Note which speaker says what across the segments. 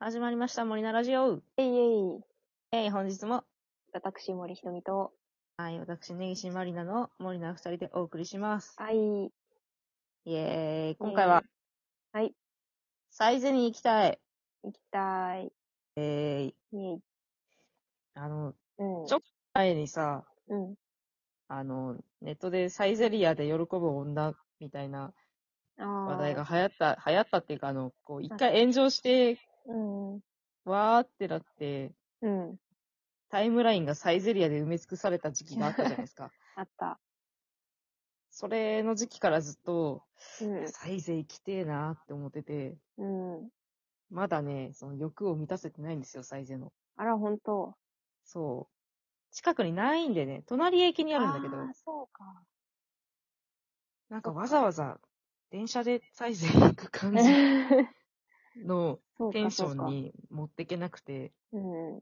Speaker 1: 始まりました、森菜ラジオ。
Speaker 2: えいえい。
Speaker 1: えい、本日も、
Speaker 2: 私、森ひとみと。
Speaker 1: はい、私、根岸まりなの森菜二人でお送りします。
Speaker 2: はい。
Speaker 1: イエーイ、今回は、
Speaker 2: はい。
Speaker 1: サイゼに行きたい。
Speaker 2: 行きたい。
Speaker 1: えー、
Speaker 2: イェイ。
Speaker 1: あの、
Speaker 2: うん。
Speaker 1: ちょ前にさ、
Speaker 2: うん。
Speaker 1: あの、ネットでサイゼリアで喜ぶ女みたいな
Speaker 2: ああ。
Speaker 1: 話題が。流行った、流行ったっていうか、あの、こう、一回炎上して、
Speaker 2: うん。
Speaker 1: わーってなって、
Speaker 2: うん。
Speaker 1: タイムラインがサイゼリアで埋め尽くされた時期があったじゃないですか。
Speaker 2: あった。
Speaker 1: それの時期からずっと、
Speaker 2: う
Speaker 1: サイゼ行きてえなって思ってて、
Speaker 2: ん。うん。
Speaker 1: まだね、その欲を満たせてないんですよ、サイゼの。
Speaker 2: あら、ほんと。
Speaker 1: そう。近くにないんでね、隣駅にあるんだけど
Speaker 2: あ、ーそう か。
Speaker 1: なんかわざわざ電車でサイゼ行く感じの
Speaker 2: そうか。
Speaker 1: テンション
Speaker 2: そうか。
Speaker 1: に持ってけなくて、
Speaker 2: うん。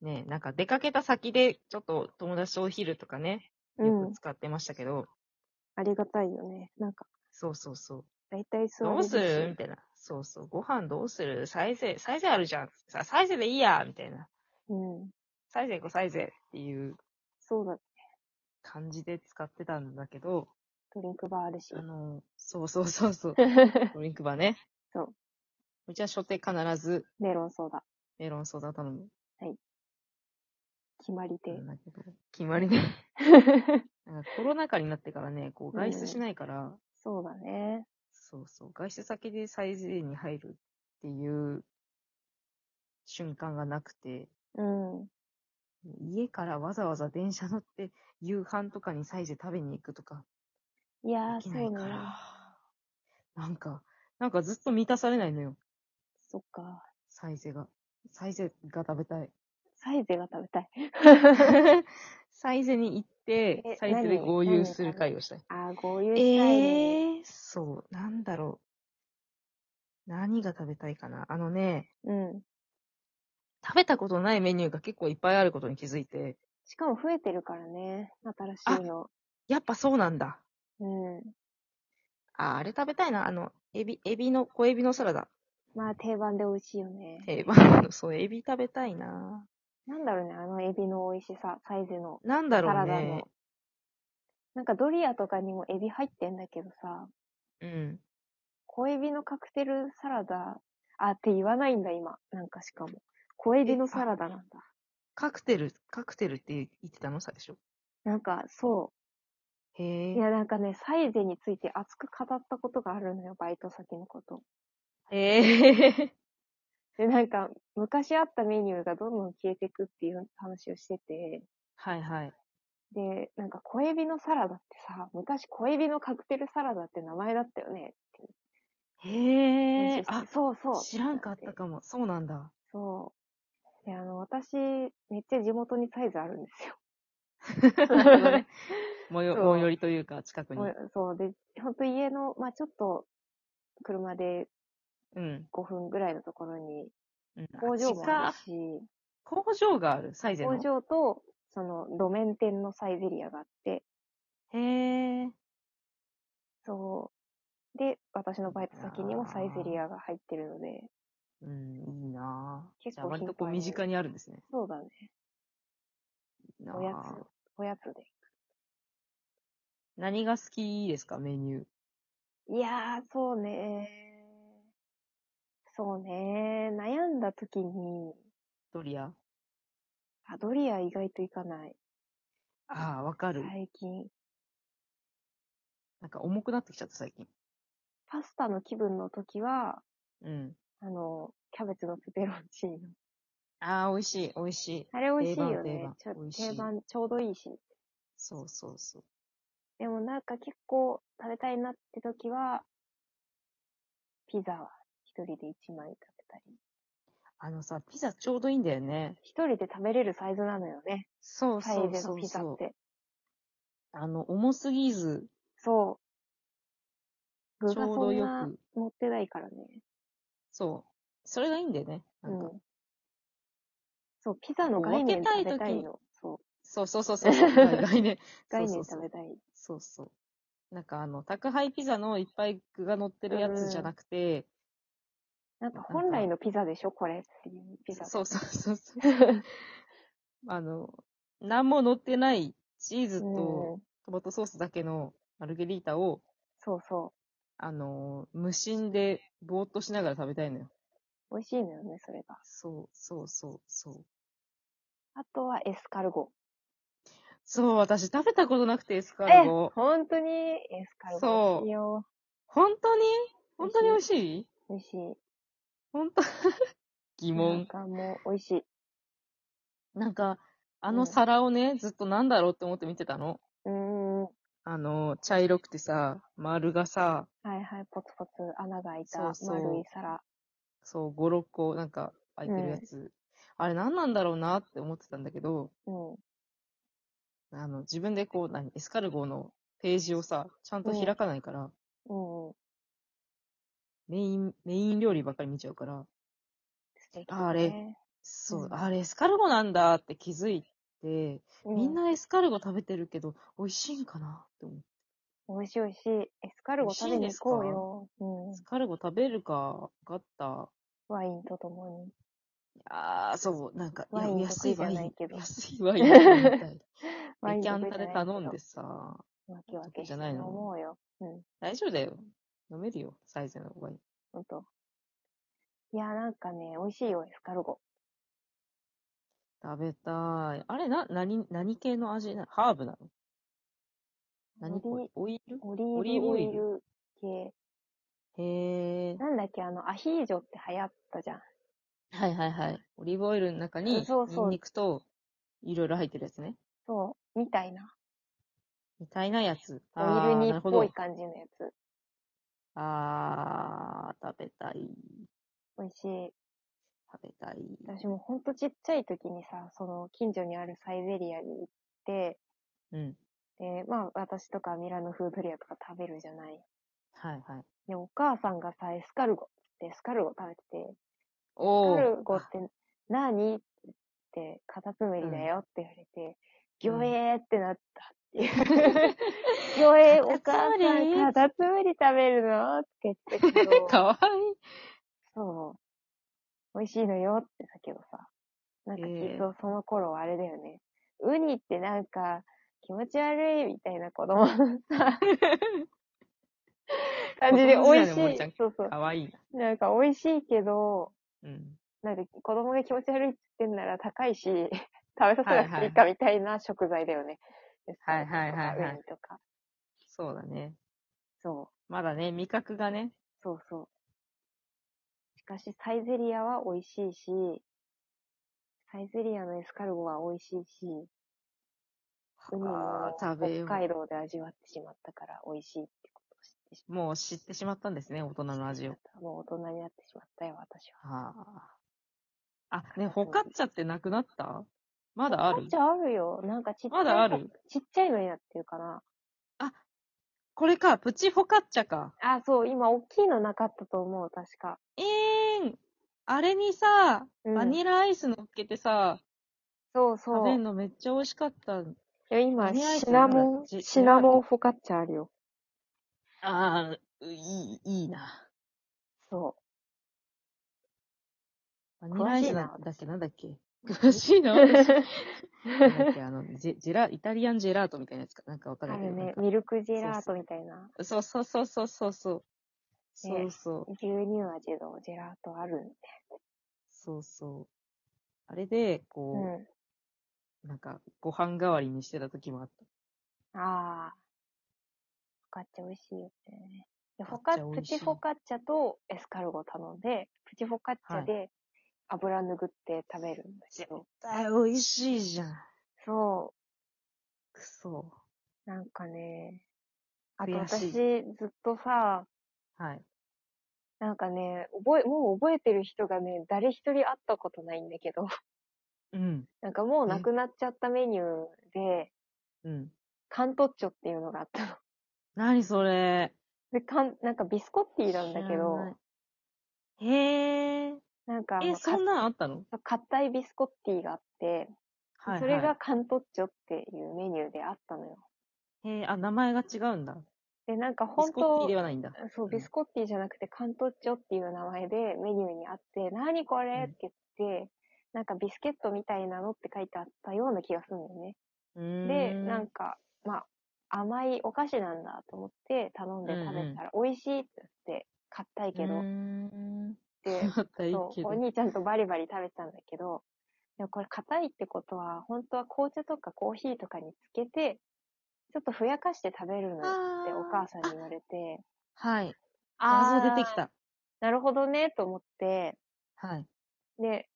Speaker 1: ね、なんか出かけた先でちょっと友達とお昼とかね、
Speaker 2: う
Speaker 1: よ
Speaker 2: ん
Speaker 1: く。使ってましたけど、
Speaker 2: ありがたいよね。なんか、
Speaker 1: そうそうそう。
Speaker 2: だいたいそう。
Speaker 1: どうするみたいな。そうそう。ご飯どうするサイゼ、サイゼあるじゃん。さサイゼでいいやみたいな。
Speaker 2: うん。
Speaker 1: サイゼ行こう、サイゼっていう
Speaker 2: そうだ。
Speaker 1: 感じで使ってたんだけど、
Speaker 2: ドリンクバーあるし
Speaker 1: あ。の、そうそうそう そう。ドリンクバーね。
Speaker 2: そう。
Speaker 1: うちは初手必ず
Speaker 2: メロンソーダ。
Speaker 1: メロンソーダ頼む。
Speaker 2: 決まり手。
Speaker 1: なんだけど、決まりね。なんかコロナ禍になってからね、こう外出しないから、
Speaker 2: そうだね。
Speaker 1: そうそう、外出先でサイズに入るっていう瞬間がなくて、
Speaker 2: うん。
Speaker 1: 家からわざわざ電車乗って夕飯とかにサイズ食べに行くとか
Speaker 2: いや
Speaker 1: で
Speaker 2: ー、そ
Speaker 1: きな
Speaker 2: う
Speaker 1: いか
Speaker 2: ね。
Speaker 1: ら、なんか、なんかずっと満たされないのよ、
Speaker 2: そっか。
Speaker 1: サイズが。サイズが食べたい。
Speaker 2: サイゼが食べたい。
Speaker 1: サイゼに行って
Speaker 2: え、
Speaker 1: サイゼで
Speaker 2: 何
Speaker 1: 合流する会をしたい。
Speaker 2: あー、こういう
Speaker 1: え
Speaker 2: スタイルね。
Speaker 1: ー、そう、なんだろう。何が食べたいかな。あのね、
Speaker 2: うん。
Speaker 1: 食べたことないメニューが結構いっぱいあることに気づいて、
Speaker 2: しかも増えてるからね、新しいの。
Speaker 1: やっぱそうなんだ。
Speaker 2: うん。
Speaker 1: あ、あれ食べたいな。あの、エビ、エビの、小エビのサラダ。
Speaker 2: まあ定番で美味しいよね。
Speaker 1: 定番の、 そう、エビ食べたいな。
Speaker 2: なんだろうね、あのエビの美味しさ、サイズの、
Speaker 1: なんだ
Speaker 2: サ
Speaker 1: ろ
Speaker 2: ラ
Speaker 1: う
Speaker 2: ダ
Speaker 1: ね
Speaker 2: の。。なんかドリアとかにもエビ入ってんだけどさ、
Speaker 1: うん。
Speaker 2: 小エビのカクテルサラダ、あって言わないんだ今。なんかしかも。小エビのサラダなんだ。
Speaker 1: カクテル、カクテルって言ってたの最初。
Speaker 2: なんか、そ
Speaker 1: へえ
Speaker 2: う。い。や、なんかね、サイゼについて熱く語ったことがあるのよ、バイト先のこと。
Speaker 1: へえ。
Speaker 2: で、なんか、昔あったメニューがどんどん消えてくっていう話をしてて、
Speaker 1: はいはい。
Speaker 2: で、なんか小エビのサラダってさ、昔小エビのカクテルサラダって名前だったよねって
Speaker 1: へえ
Speaker 2: 話をし。て。
Speaker 1: あ、
Speaker 2: そうそう。
Speaker 1: 知らんかったかも。そうなんだ。
Speaker 2: そう。で、あの、私、めっちゃ地元にサイズあるんですよ。
Speaker 1: なるほどね。最寄
Speaker 2: そう
Speaker 1: 最寄りというか、近くに
Speaker 2: も。う そう。で、ほんと家の、まあちょっと、車で
Speaker 1: うん。
Speaker 2: 5分ぐらいのところに、
Speaker 1: うん
Speaker 2: 工場もあ
Speaker 1: あ
Speaker 2: るし、
Speaker 1: 近工場がある、サイゼの。
Speaker 2: 工場と、その、路面店のサイゼリアがあって、
Speaker 1: へえ。
Speaker 2: そう。で、私のバイト先にもサイゼリアが入ってるので、
Speaker 1: うん、いいなぁ。じ
Speaker 2: 結構
Speaker 1: ゃあ割と
Speaker 2: 頻
Speaker 1: こう
Speaker 2: 繁に
Speaker 1: 身近にあるんですね。
Speaker 2: そうだね。
Speaker 1: いいなぁ
Speaker 2: おやつ、おやつで。
Speaker 1: 何が好きですか、メニュー。
Speaker 2: いやー、そうねー。そうねー。悩んだ時に、
Speaker 1: ドリア。
Speaker 2: あ、ドリア意外といかない。
Speaker 1: ああ、わかる。
Speaker 2: 最近、
Speaker 1: なんか重くなってきちゃった、最近。
Speaker 2: パスタの気分の時は、
Speaker 1: うん。
Speaker 2: あの、キャベツのペペロンチーノ。
Speaker 1: ああ、美味しい、美味しい。
Speaker 2: あれ美味しい
Speaker 1: 定
Speaker 2: よね
Speaker 1: 番。
Speaker 2: ち
Speaker 1: 定
Speaker 2: ょ
Speaker 1: 番美味しい
Speaker 2: 定番ちょうどいいし。
Speaker 1: そうそうそう。
Speaker 2: でもなんか結構食べたいなって時は、ピザは一人で一枚食べたり。
Speaker 1: あのさ、ピザちょうどいいんだよね。
Speaker 2: 一人で食べれるサイズなのよね。
Speaker 1: そう
Speaker 2: サイ
Speaker 1: そう
Speaker 2: ズ
Speaker 1: そ
Speaker 2: の
Speaker 1: う
Speaker 2: ピザ
Speaker 1: そ
Speaker 2: っ
Speaker 1: う。
Speaker 2: て。
Speaker 1: あの、重すぎず、
Speaker 2: そう。具
Speaker 1: ち
Speaker 2: が
Speaker 1: ょう
Speaker 2: そ
Speaker 1: ど
Speaker 2: ん
Speaker 1: よ
Speaker 2: な
Speaker 1: く。
Speaker 2: 乗ってないからね。
Speaker 1: そう。それがいいんだよね。なんか、
Speaker 2: うん。そう、ピザの概念食べたいの。そう、
Speaker 1: そうそうそう そうそう。概念。
Speaker 2: 概
Speaker 1: そ
Speaker 2: 念
Speaker 1: うそうそう
Speaker 2: 食べたい。
Speaker 1: そうそう。なんかあの、宅配ピザのいっぱい具が乗ってるやつじゃなくて、
Speaker 2: なんか本来のピザでしょこれっていうピザ。
Speaker 1: そうそうそう そう。あの、何も乗ってないチーズ
Speaker 2: う
Speaker 1: と
Speaker 2: ん。
Speaker 1: トマトソースだけのマルゲリータを、
Speaker 2: そうそ
Speaker 1: あの、無心でぼーっとしながら食べたいのよ。
Speaker 2: う。美味しいのよね、それが。
Speaker 1: そう、そう、そう、そう。
Speaker 2: あとはエスカルゴ。
Speaker 1: そう、私食べたことなくてエスカ
Speaker 2: え
Speaker 1: ルゴ。
Speaker 2: 本当にエスカル
Speaker 1: そう
Speaker 2: ゴ。美味しいよ。
Speaker 1: 本当に本当に美味しい
Speaker 2: 美味しい。
Speaker 1: 本当 疑
Speaker 2: なん
Speaker 1: 問。
Speaker 2: かもう美味しい。
Speaker 1: なんか、あ
Speaker 2: う
Speaker 1: の
Speaker 2: ん
Speaker 1: 皿をね、ずっとなんだろうって思って見てたの。
Speaker 2: うーん。は
Speaker 1: あの、茶色くてさ、丸がさ、
Speaker 2: いはい、ポツポツ穴が開いた
Speaker 1: そうそう
Speaker 2: 丸い皿。
Speaker 1: そう、5、6個、なんか、空いてるやつ。あれ何なんだろうなって思ってたんだけど、
Speaker 2: うん。
Speaker 1: あの、自分でこう、何、エスカルゴのページをさ、ちゃんと開かないから、
Speaker 2: うんうん。
Speaker 1: メイン、メイン料理ばっかり見ちゃうから、
Speaker 2: 素敵、ね。
Speaker 1: あれそう、
Speaker 2: うん
Speaker 1: あれエスカルゴなんだって気づいて、
Speaker 2: う
Speaker 1: みん。なエスカルゴ食べてるけど、美味しいんかなって思う。
Speaker 2: 美味しい美味しい。エスカルゴ食べに行こうよ。
Speaker 1: エス
Speaker 2: う
Speaker 1: カルゴ食べるか、わかった。
Speaker 2: ん。ワインとともに。
Speaker 1: ああ、そう、なんか、
Speaker 2: ワイン
Speaker 1: いや安い
Speaker 2: 得
Speaker 1: ワ
Speaker 2: 意じ
Speaker 1: イ
Speaker 2: ゃない
Speaker 1: ン
Speaker 2: け、ど
Speaker 1: 安いワイン飲みたい。
Speaker 2: ワ
Speaker 1: デ
Speaker 2: イン
Speaker 1: キャン
Speaker 2: 得意
Speaker 1: タ
Speaker 2: じ
Speaker 1: で
Speaker 2: ゃないけど
Speaker 1: 頼んでさ、
Speaker 2: わけわけして飲もうよ。うん。
Speaker 1: 大丈夫だよ。飲めるよ、サイゼのワイン。
Speaker 2: ほんと。いや、なんかね、美味しいよ、エスカルゴ。
Speaker 1: 食べたい。あれ、な、何、何系の味なハーブなの何これオイル
Speaker 2: オリ
Speaker 1: オリ
Speaker 2: ー
Speaker 1: ー
Speaker 2: ブ
Speaker 1: ブ
Speaker 2: オ
Speaker 1: オ
Speaker 2: イ
Speaker 1: イ
Speaker 2: ル系。
Speaker 1: へえ。
Speaker 2: なんだっけ、あの、アヒージョって流行ったじゃん。
Speaker 1: はいはいはい。オリーブオイルの中に、
Speaker 2: そうそう
Speaker 1: ニンニクと、いろいろ入ってるやつね。
Speaker 2: そう、みたいな。
Speaker 1: みたいなやつ。あ
Speaker 2: オイ
Speaker 1: ー
Speaker 2: ル煮
Speaker 1: な
Speaker 2: っ
Speaker 1: るほ
Speaker 2: ぽ
Speaker 1: ど
Speaker 2: い。感じのやつ。
Speaker 1: あー、食べたい。
Speaker 2: 美味しい。
Speaker 1: 食べたい。
Speaker 2: 私もほんとちっちゃい時にさ、その、近所にあるサイゼリアに行って、
Speaker 1: うん。
Speaker 2: で、まあ、私とかミラノ風ドリアとか食べるじゃない。
Speaker 1: はいはい。
Speaker 2: で、お母さんがさ、エスカルゴって、エスカルゴ食べてて、エス
Speaker 1: お
Speaker 2: カ
Speaker 1: ー
Speaker 2: ルゴって何って、カタツムリだよって言われて、
Speaker 1: うん
Speaker 2: 魚影ってなったって いう。魚影、お
Speaker 1: カタツ
Speaker 2: 母
Speaker 1: ムリ
Speaker 2: さん、カタツムリ食べるのって言ってけ ど、
Speaker 1: かわいい。
Speaker 2: そう。美味しいのよってだけどさ。なんかきっとその頃はあれだよね。ウニってなんか気持ち悪いみたいな子供のさ、感じで
Speaker 1: 子供時代
Speaker 2: 美味
Speaker 1: の
Speaker 2: し
Speaker 1: 森ちゃ
Speaker 2: い
Speaker 1: ん。
Speaker 2: そうそう。
Speaker 1: かわいいな。
Speaker 2: なんか美味しいけど、
Speaker 1: うん。
Speaker 2: なんか子供が気持ち悪いって言ってんなら高いし、食べさせなくていいかみたいな食材だよね。
Speaker 1: はいはいはいはい
Speaker 2: ウニとか。
Speaker 1: そうだね。
Speaker 2: そう。
Speaker 1: まだね、味覚がね。
Speaker 2: そうそう。しかし、サイゼリアは美味しいし、サイゼリアのエスカルゴは美味しいし、ウニ
Speaker 1: あ
Speaker 2: も
Speaker 1: ー
Speaker 2: 北
Speaker 1: 食べよ
Speaker 2: 海道で味わってしまったから美味しいってことを知ってし
Speaker 1: う。もう知ってしまったんですね、大人
Speaker 2: まった。
Speaker 1: の味を。。
Speaker 2: もう大人になってしまったよ、私
Speaker 1: あ
Speaker 2: は。
Speaker 1: あ。あ、ね、ホカッチャってなくなったまだあ
Speaker 2: ホカ
Speaker 1: る
Speaker 2: ッチャあるよ。なんかちっちゃい。
Speaker 1: まだある
Speaker 2: ちっちゃいのになってるかな。
Speaker 1: これか、プチホカッチャか。
Speaker 2: あ、そう、今大きいのなかったと思う、確か。
Speaker 1: えーん。あれにさ、
Speaker 2: うん
Speaker 1: バニラアイス乗っけてさ、
Speaker 2: そうそ
Speaker 1: 食べ
Speaker 2: う。い
Speaker 1: んのめっちゃ美味しかった。
Speaker 2: や、今、
Speaker 1: バニラアイス
Speaker 2: シナモン、
Speaker 1: じ
Speaker 2: シナモンフォカッチャあるよ。
Speaker 1: ああ、いい、いいな。
Speaker 2: そ
Speaker 1: バニラアイスな
Speaker 2: 詳しい
Speaker 1: ん
Speaker 2: な。
Speaker 1: だっけ、なんだっけ。詳しいう な。なんだっけ、あの、ジェジェラ、イタリアンジェラートみたいなやつか。なんかわかる
Speaker 2: あ
Speaker 1: け
Speaker 2: る
Speaker 1: ど。なん
Speaker 2: ね。
Speaker 1: か
Speaker 2: ミルクジェラートみたいな。
Speaker 1: そうそうそうそうそうそう。そ
Speaker 2: ね
Speaker 1: うそう。
Speaker 2: 牛乳味のジェラートあるんで。
Speaker 1: そうそう。あれで、
Speaker 2: う
Speaker 1: こ
Speaker 2: ん。
Speaker 1: う、なんか、ご飯代わりにしてた時もあっ
Speaker 2: ああ。フォカッチャ美味しいよね。でフ
Speaker 1: フォ
Speaker 2: ォ
Speaker 1: カ
Speaker 2: カ
Speaker 1: ッチャ美
Speaker 2: プ
Speaker 1: 味しい
Speaker 2: チフォカッチャとエスカルゴ頼んで、プチフォカッチャで油拭って食べるんですよ。
Speaker 1: た。あ、美味しいじゃん。
Speaker 2: そ
Speaker 1: くそ。
Speaker 2: う。なんかね。あと
Speaker 1: 悔し
Speaker 2: 私
Speaker 1: い
Speaker 2: ずっとさ、
Speaker 1: はい。
Speaker 2: なんかね、覚え、もう覚えてる人がね、誰一人会ったことないんだけど、
Speaker 1: うん。
Speaker 2: なんかもうなくなっちゃったメニューで、
Speaker 1: うん。
Speaker 2: カントッチョっていうのがあ ったの。
Speaker 1: 何それ。
Speaker 2: で、かん、なんかビスコッティなんだけど、
Speaker 1: 知らない。へえ。
Speaker 2: なんか、
Speaker 1: え、そんなんあったの
Speaker 2: 硬いビスコッティがあって、
Speaker 1: はい、はい。
Speaker 2: それがカントッチョっていうメニューであったのよ。
Speaker 1: へえ、あ、名前が違うんだ。
Speaker 2: で、なんか
Speaker 1: ビス
Speaker 2: 本
Speaker 1: コッティ
Speaker 2: 当
Speaker 1: で、はないんだ。
Speaker 2: そう、ビスコッティじゃなくてカントッチョっていう名前でメニューにあって、なにこれって言って、なんかビスケットみたいなのって書いてあったような気がするんだよね。
Speaker 1: うーん
Speaker 2: で、なんか、まあ、甘いお菓子なんだと思って頼んで食べたら、美味しいって言って買ったいけ
Speaker 1: うー
Speaker 2: ど、
Speaker 1: ん
Speaker 2: で、
Speaker 1: またいい
Speaker 2: そ
Speaker 1: け
Speaker 2: う、
Speaker 1: ど。
Speaker 2: お兄ちゃんとバリバリ食べてたんだけど、でもこれ硬いってことは、本当は紅茶とかコーヒーとかにつけて、ちょっとふやかして食べるのよって
Speaker 1: あー
Speaker 2: お母さんに言われて、
Speaker 1: はい。謎出
Speaker 2: ー
Speaker 1: てきた。
Speaker 2: なるほどね、と思って、
Speaker 1: はい。
Speaker 2: で、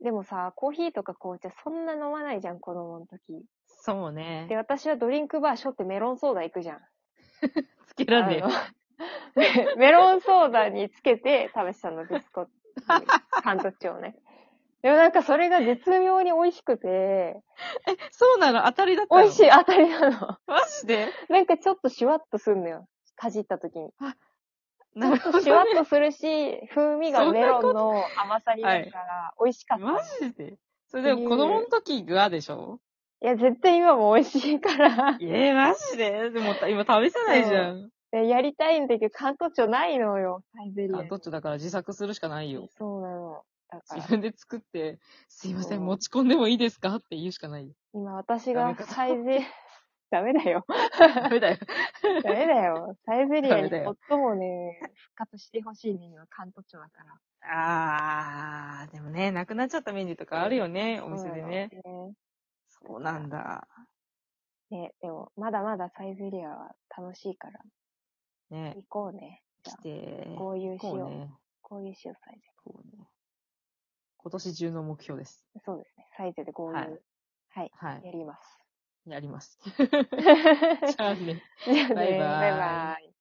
Speaker 2: でもさ、コーヒーとか紅茶そんな飲まないじゃん、子供の時。
Speaker 1: そうね
Speaker 2: で、。私はドリンクバーしょってメロンソーダ行くじゃん。
Speaker 1: つけらんねえよ。
Speaker 2: あの メロンソーダにつけて食べてたの、ビスコッ ト。カントッチョをね。でもなんかそれが絶妙に美味しくて、
Speaker 1: そうなの当たりだったの
Speaker 2: 美味しい当たりなの。
Speaker 1: マジで
Speaker 2: なんかちょっとシュワッとすんのよ。かじった時に。
Speaker 1: なるほ
Speaker 2: シュワ
Speaker 1: ど、ね
Speaker 2: ッ。とするし、風味がメロンの甘さになるから、美味しかった。
Speaker 1: マジでそれでも子供の時がでしょ
Speaker 2: いや、絶対今も美味しいから。
Speaker 1: えー、マジででも今食べせないじゃん。
Speaker 2: でやりたいんだけど、関東庁ないのよ、サイゼリア
Speaker 1: あ
Speaker 2: に。
Speaker 1: どっちだから自作するしかないよ。
Speaker 2: そうなの。だか
Speaker 1: 自
Speaker 2: ら、
Speaker 1: 分で作って、すいませ
Speaker 2: そ
Speaker 1: ん、
Speaker 2: う
Speaker 1: 持ち込んでもいいですかって言うしかないよ。
Speaker 2: 今私
Speaker 1: ダ
Speaker 2: が
Speaker 1: メか
Speaker 2: サイゼ、ダメだよ。
Speaker 1: ダメだよ。
Speaker 2: ダメだよ。サイゼリア
Speaker 1: ダ
Speaker 2: に
Speaker 1: メだよ
Speaker 2: 最もね、復活してほしいメニューは関東庁だから。
Speaker 1: あー、でもね、なくなっちゃったメニューとかあるよね、お店でね。
Speaker 2: そうなの。ね
Speaker 1: そうなんだ。
Speaker 2: ね、でも、まだまだサイゼリアは楽しいから、
Speaker 1: ね、
Speaker 2: 行こうね。じゃ
Speaker 1: 来て。
Speaker 2: あ、合流し
Speaker 1: こう
Speaker 2: よう。
Speaker 1: ね。
Speaker 2: 合流しよう、サイゼ。
Speaker 1: こうね。今年中の目標です。
Speaker 2: そうですね。サイゼで合流。
Speaker 1: はい
Speaker 2: はい。
Speaker 1: はい。
Speaker 2: やります。
Speaker 1: やります。
Speaker 2: じ
Speaker 1: じゃあね。
Speaker 2: ゃあね、
Speaker 1: バイバイ
Speaker 2: バイバイ。